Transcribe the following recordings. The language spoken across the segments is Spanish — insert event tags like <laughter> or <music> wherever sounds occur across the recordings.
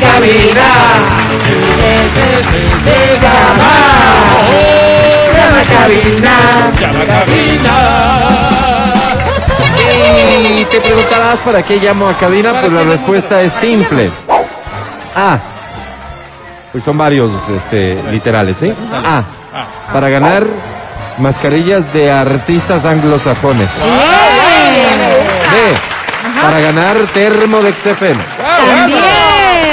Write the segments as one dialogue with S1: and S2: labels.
S1: cabina. Llama a cabina.
S2: Llama a cabina.
S1: Y te preguntarás para qué llamo a cabina, pues la respuesta es simple. A. Pues son varios este, literales, ¿eh? A. Para ganar mascarillas de artistas anglosajones. B. Para ganar termo de XFM.
S3: También.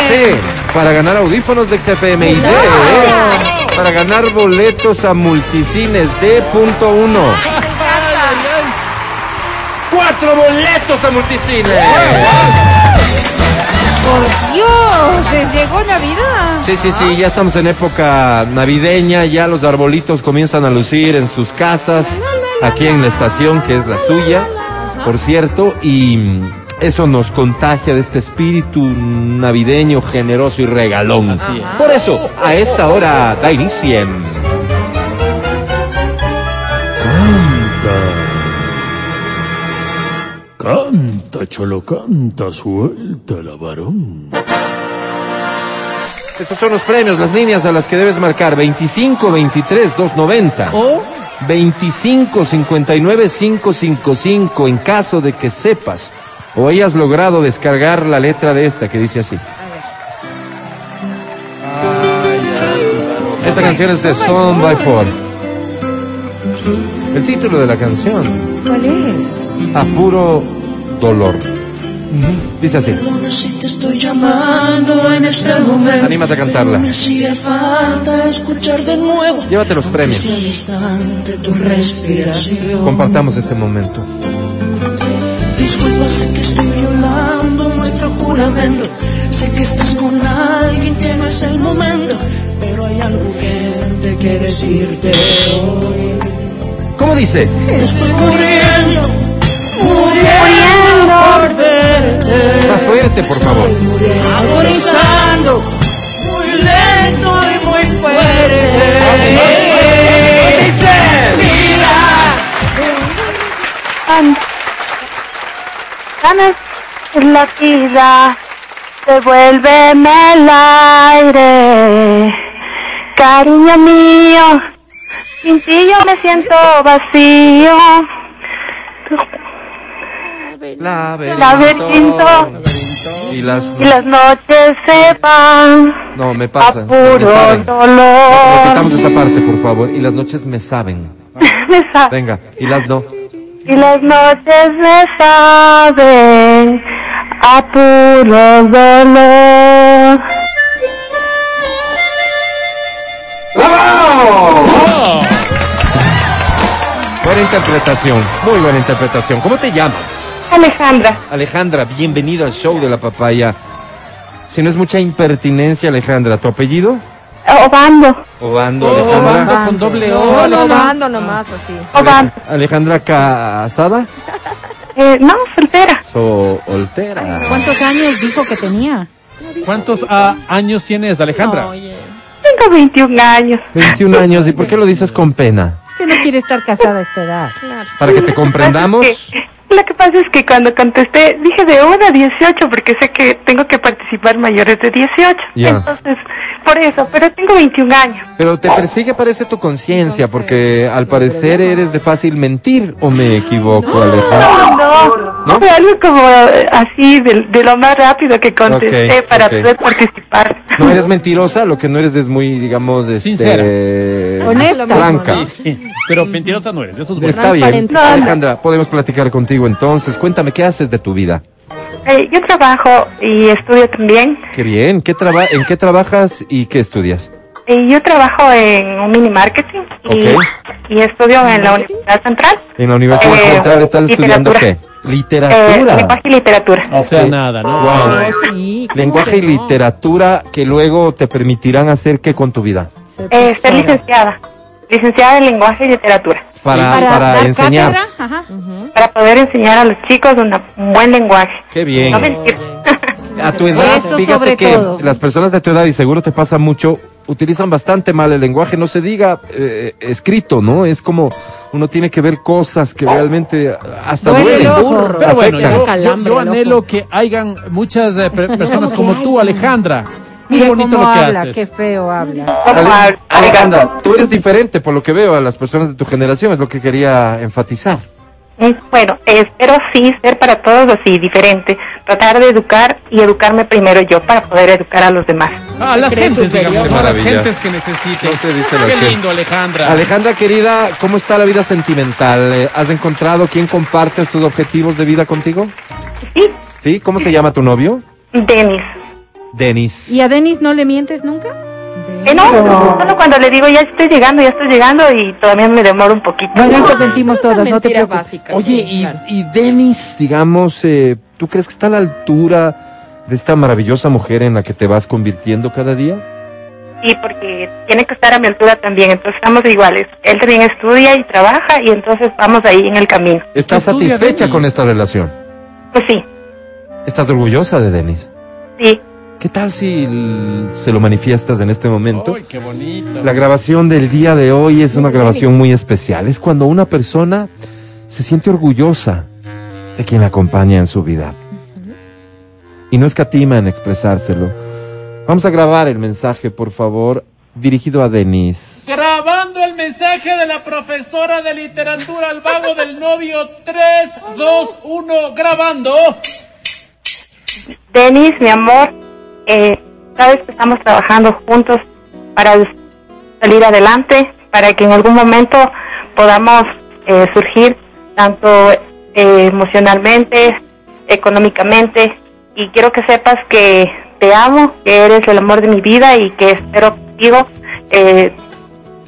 S1: C. Para ganar audífonos de XFM. Y D. eh. Para ganar boletos a multicines. D.1.
S2: Cuatro boletos a multicine.
S3: Por Dios, les llegó Navidad.
S1: Sí, sí, sí, ya estamos en época navideña, ya los arbolitos comienzan a lucir en sus casas, aquí en la estación que es la suya, por cierto, y mm, eso nos contagia de este espíritu navideño generoso y regalón.
S2: Así es.
S1: Por eso, a esta hora da inicio. en
S4: Canta, cholo, canta, suelta la varón.
S1: Estos son los premios, las líneas a las que debes marcar 25 23 290 o 25 59 555 en caso de que sepas o hayas logrado descargar la letra de esta que dice así. Esta canción es de Son by Four. El título de la canción,
S3: ¿Cuál es?
S1: A puro dolor. Dice así.
S5: Si te estoy llamando en este momento.
S1: Anímate a cantarla.
S5: Me hacía falta escuchar de nuevo.
S1: Llévate los
S5: aunque
S1: premios.
S5: sea al instante tu respiración.
S1: Compartamos este momento.
S5: Disculpa, sé que estoy violando nuestro juramento. Sé que estás con alguien que no es el momento. Pero hay algo urgente que decirte hoy.
S1: ¿Cómo dice?
S5: Estoy muriendo, muriendo por verte.
S1: Más fuerte, por favor.
S5: Estoy muriendo, agonizando, muy lento y muy fuerte. Vida,
S6: An- Ganas por la vida, devuélveme el aire. Cariño mío, sin ti yo me siento vacío. Laberinto
S1: Y las...
S6: y las noches se van
S1: No, me
S6: a
S1: pasa. me
S6: puro
S1: saben.
S6: dolor.
S1: Repitamos esta parte, por favor. Y las noches me saben.
S6: <laughs> Me sa-
S1: Venga, y las no.
S6: Y las noches me saben a puro dolor.
S1: Buena interpretación, muy buena interpretación. ¿Cómo te llamas?
S6: Alejandra,
S1: Alejandra, bienvenido al show de la papaya. Si no es mucha impertinencia, Alejandra, ¿tu apellido?
S6: Obando, Oh,
S1: Obando, Alejandra.
S2: con doble O.
S3: No, no, no, ando nomás así.
S6: Obando.
S1: Alejandra Casada,
S6: Eh, no, soltera.
S1: soltera.
S3: ¿Cuántos años dijo que tenía?
S2: ¿Cuántos ah, años tienes, Alejandra?
S3: No, oye, es
S6: Tengo 21 años.
S1: 21 años, ¿y por qué lo dices con pena?
S3: que no quiere estar casada a esta edad.
S1: Para que te
S6: <laughs>
S1: comprendamos.
S6: Es que- Lo que pasa es que cuando contesté dije de 1 a 18 porque sé que tengo que participar mayores de 18.
S1: Ya.
S6: Entonces, por eso, pero tengo 21 años.
S1: Pero te persigue, parece tu conciencia, porque al parecer eres de fácil mentir, o me equivoco, Alejandra.
S6: No,
S1: ¿No?
S6: fue algo como eh, así, de, de lo más rápido que contesté
S1: Ok,
S6: para
S1: ok.
S6: poder participar.
S1: No eres mentirosa, lo que no eres es muy, digamos, este,
S3: Honesta.
S1: franca.
S3: ¿no?
S2: Sí, sí. Pero mentirosa no eres, eso es bueno.
S1: Está bien.
S3: Transparente.
S6: No, no.
S1: Alejandra, podemos platicar contigo entonces. Cuéntame, ¿qué haces de tu vida?
S6: Eh, yo trabajo y estudio también.
S1: Qué bien. ¿Qué traba ¿En qué trabajas y qué estudias?
S6: Y yo trabajo en un mini marketing y,
S1: Ok.
S6: y estudio en la Universidad Central.
S1: En la Universidad
S6: Eh,
S1: Central estás estudiando qué?
S6: literatura. Eh,
S1: Literatura. Ah,
S6: lenguaje y literatura.
S2: O sea,
S1: Sí.
S2: nada, ¿no?
S1: Wow.
S3: No, sí, ¿cómo
S1: Lenguaje y
S3: que no?
S1: literatura que luego te permitirán hacer qué con tu vida.
S6: Eh, ser licenciada. Licenciada en lenguaje y literatura.
S1: Para, Ah, para, enseñar.
S3: cátedra, ajá.
S6: Para poder enseñar a los chicos una- un buen lenguaje.
S1: Qué bien. <laughs>
S6: No mentir.
S1: A tu edad,
S3: Eso
S1: fíjate
S3: sobre
S1: que
S3: todo.
S1: las personas de tu edad, y seguro te pasa mucho, utilizan bastante mal el lenguaje, no se diga eh, escrito, ¿no? Es como uno tiene que ver cosas que realmente hasta
S3: Duele el
S1: duelen.
S3: ojo.
S2: Pero bueno,
S1: afectan.
S2: yo,
S3: Calambre
S2: yo- yo
S3: del ojo.
S2: anhelo que hayan muchas eh, pre-
S3: <laughs>
S2: personas como tú, Alejandra. Muy
S3: Mira
S2: bonito
S3: cómo
S2: lo que
S3: habla,
S2: haces.
S3: qué feo habla.
S1: Ale- Alejandra, tú eres diferente por lo que veo a las personas de tu generación, es lo que quería enfatizar.
S6: Mm, Bueno, espero sí ser para todos así, diferente. Tratar de educar y educarme primero yo para poder educar a los demás.
S2: Ah, las
S3: Crees
S2: gentes,
S3: superior.
S2: digamos,
S1: Qué
S2: todas las
S1: maravilla.
S2: gentes que necesiten.
S1: No te dice la
S2: Qué
S1: gente.
S2: lindo, Alejandra.
S1: Alejandra querida, ¿cómo está la vida sentimental? Eh, ¿Has encontrado quién comparte estos objetivos de vida contigo?
S6: Sí,
S1: ¿Sí? ¿Cómo se llama tu novio?
S6: Denis.
S1: Denis.
S3: ¿Y a Denis no le mientes nunca?
S6: Eh, no, solo cuando le digo ya estoy llegando, ya estoy llegando y todavía me demoro un poquito.
S3: Bueno, eso sentimos todas, no te
S7: mentira
S3: preocupes.
S7: básica.
S1: Oye, y,
S7: Claro.
S1: y Denis, digamos, eh, ¿tú crees que está a la altura de esta maravillosa mujer en la que te vas convirtiendo cada día?
S6: Sí, porque tiene que estar a mi altura también, entonces estamos iguales. Él también estudia y trabaja y entonces vamos ahí en el camino.
S1: ¿Estás
S2: ¿Qué estudia
S1: satisfecha
S2: Denis?
S1: con esta relación?
S6: Pues sí,
S1: ¿Estás orgullosa de Denis?
S6: sí.
S1: ¿Qué tal si l- se lo manifiestas en este momento?
S2: Ay, qué bonito.
S1: La grabación del día de hoy es una grabación muy especial. Es cuando una persona se siente orgullosa de quien la acompaña en su vida. Y no escatima en expresárselo. Vamos a grabar el mensaje, por favor, dirigido a Denise.
S2: Grabando el mensaje de la profesora de literatura al vago del novio 3, 2, 1, grabando.
S6: Denis, mi amor, eh, sabes que estamos trabajando juntos para salir adelante, para que en algún momento podamos eh, surgir tanto eh, emocionalmente, económicamente. Y quiero que sepas que te amo, que eres el amor de mi vida y que espero contigo eh,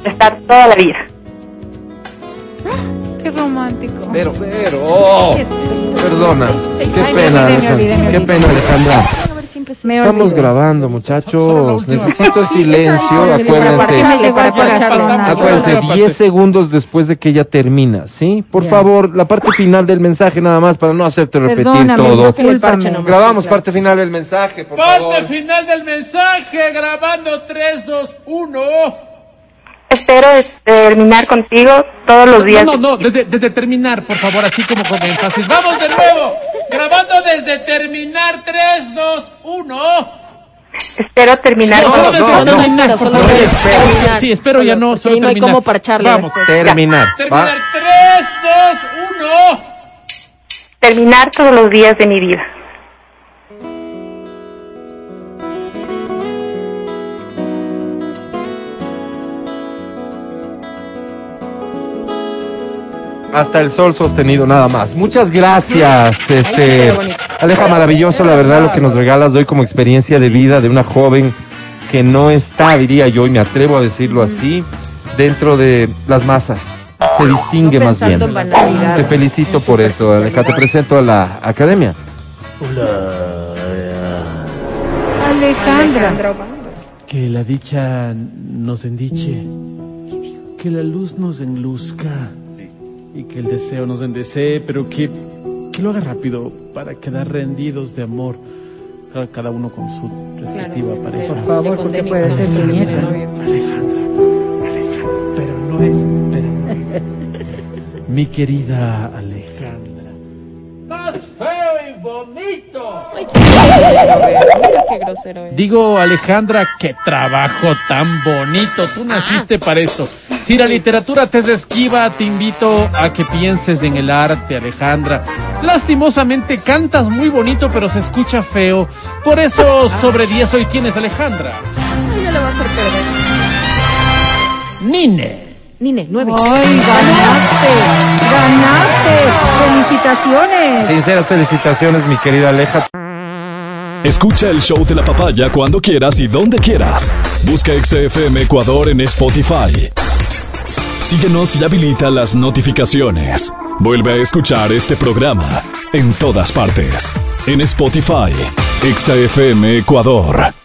S6: estar toda la vida.
S3: Qué romántico.
S1: Pero, pero, oh, perdona. Qué
S3: Ay, me
S1: pena,
S3: olvidé, me olvidé, me
S1: Alejandra. Qué
S3: olvidé.
S1: pena, Alejandra.
S3: Pues Me
S1: Estamos
S3: olvidé.
S1: grabando, muchachos. Necesito silencio,
S3: Ay, ¿Para qué
S1: acuérdense.
S3: me llegó a
S2: Para-
S3: colgar,
S2: para-
S3: Leonardo?
S1: Acuérdense,
S2: Solo la
S1: 10
S2: parte.
S1: segundos después de que ella termina, ¿sí? Por
S3: Ya.
S1: favor, la parte final del mensaje nada más para no hacerte repetir
S3: Perdóname,
S1: todo.
S7: que el parche
S3: discúlpame.
S7: nomás.
S1: Grabamos
S7: Claro.
S1: parte final del mensaje, por favor.
S2: Parte final del mensaje, grabando 3, 2, 1.
S6: Espero eh, terminar contigo todos los días.
S2: No, no, no, desde, desde terminar, por favor, así como con énfasis. Vamos de nuevo. Grabando desde terminar 3, 2, 1.
S6: Espero terminar
S7: No,
S6: contigo.
S7: no, no, no, no, espero, solo que- terminar.
S2: Sí, espero ya no,
S7: Porque
S2: solo
S7: ahí no hay
S2: terminar.
S7: cómo parcharle
S2: Vamos.
S7: después.
S1: Terminar.
S2: Terminar
S1: ¿va?
S2: 3, 2, 1.
S6: terminar todos los días de mi vida.
S1: Hasta el sol sostenido nada más. Muchas gracias, este Aleja maravilloso, la verdad lo que nos regalas hoy como experiencia de vida de una joven que no está, diría yo, y me atrevo a decirlo así, dentro de las masas. Se distingue
S7: No
S1: más bien.
S7: pensando en banalidades.
S1: Te felicito por eso, Aleja. Te presento a la academia.
S4: Hola.
S3: Alejandra.
S4: Que la dicha nos endiche. Que la luz nos enluzca. Y que el deseo nos endesee, pero que, que lo haga rápido para quedar rendidos de amor. Claro, Cada uno con su respectiva pareja.
S7: Por
S3: favor, porque puede ser tu nieta.
S4: Alejandra, Alejandra, pero no es, pero no es. Mi querida Alejandra.
S2: Más feo y bonito.
S7: Mira qué grosero es.
S2: Digo, Alejandra, qué trabajo tan bonito.
S7: Ah.
S2: Tú naciste para esto. Si la literatura te es esquiva, te invito a que pienses en el arte, Alejandra. Lastimosamente cantas muy bonito, pero se escucha feo. Por eso, sobre 10 hoy tienes, Alejandra.
S7: Ay, ya le va a hacer perder.
S2: Nine.
S7: Nine, nueve.
S3: Ay, ganaste. Ganaste. Felicitaciones.
S1: Sinceras felicitaciones, mi querida Aleja.
S8: Escucha el show de la papaya cuando quieras y donde quieras. Busca XFM Ecuador en Spotify. Síguenos y habilita las notificaciones. Vuelve a escuchar este programa en todas partes. En Spotify, XFM Ecuador.